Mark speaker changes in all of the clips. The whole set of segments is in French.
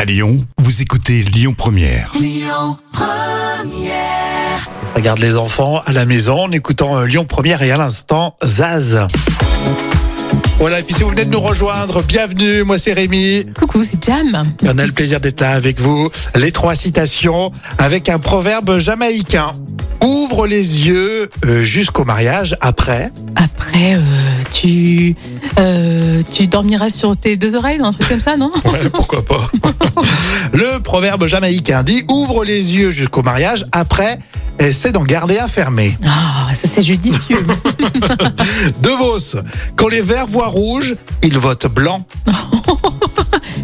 Speaker 1: À Lyon, vous écoutez Lyon Première.
Speaker 2: On Regarde les enfants à la maison en écoutant euh, Lyon Première et à l'instant Zaz. Voilà, et puis si vous venez de nous rejoindre, bienvenue, moi c'est Rémi.
Speaker 3: Coucou, c'est Jam.
Speaker 2: Et on a le plaisir d'être là avec vous. Les trois citations avec un proverbe jamaïcain. Ouvre les yeux euh, jusqu'au mariage, après.
Speaker 3: Après, euh, tu, euh, tu dormiras sur tes deux oreilles, un truc comme ça, non
Speaker 2: Ouais, pourquoi pas Le proverbe jamaïcain dit ouvre les yeux jusqu'au mariage, après, essaie d'en garder un fermé.
Speaker 3: Ah, ça c'est judicieux.
Speaker 2: De Vos, quand les verts voient rouge, ils votent blanc.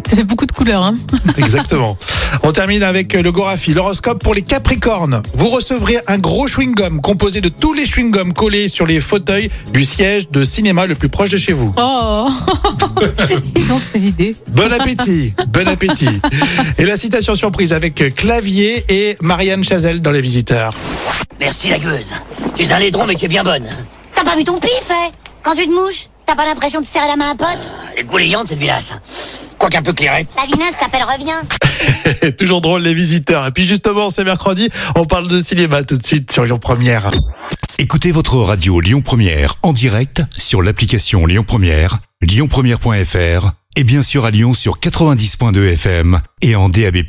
Speaker 3: ça fait beaucoup de couleurs. Hein.
Speaker 2: Exactement. On termine avec euh, le Gorafi, l'horoscope pour les Capricornes. Vous recevrez un gros chewing-gum composé de tous les chewing-gums collés sur les fauteuils du siège de cinéma le plus proche de chez vous.
Speaker 3: Oh, ils ont ces idées.
Speaker 2: Bon appétit, bon appétit. Et la citation surprise avec euh, Clavier et Marianne Chazelle dans Les Visiteurs.
Speaker 4: Merci la gueuse. Tu es un laidron mais tu es bien bonne.
Speaker 5: T'as pas vu ton pif, hein Quand tu te mouches, t'as pas l'impression de serrer la main à un pote
Speaker 4: Elle est goulayante cette vilasse. Quoique un peu clairette.
Speaker 5: La vinasse s'appelle Reviens.
Speaker 2: Toujours drôle Les Visiteurs. Et puis justement, c'est mercredi, on parle de cinéma tout de suite sur Lyon Première.
Speaker 1: Écoutez votre radio Lyon Première en direct sur l'application Lyon Première, lyonpremière.fr et bien sûr à Lyon sur 90.2 FM et en DAB+.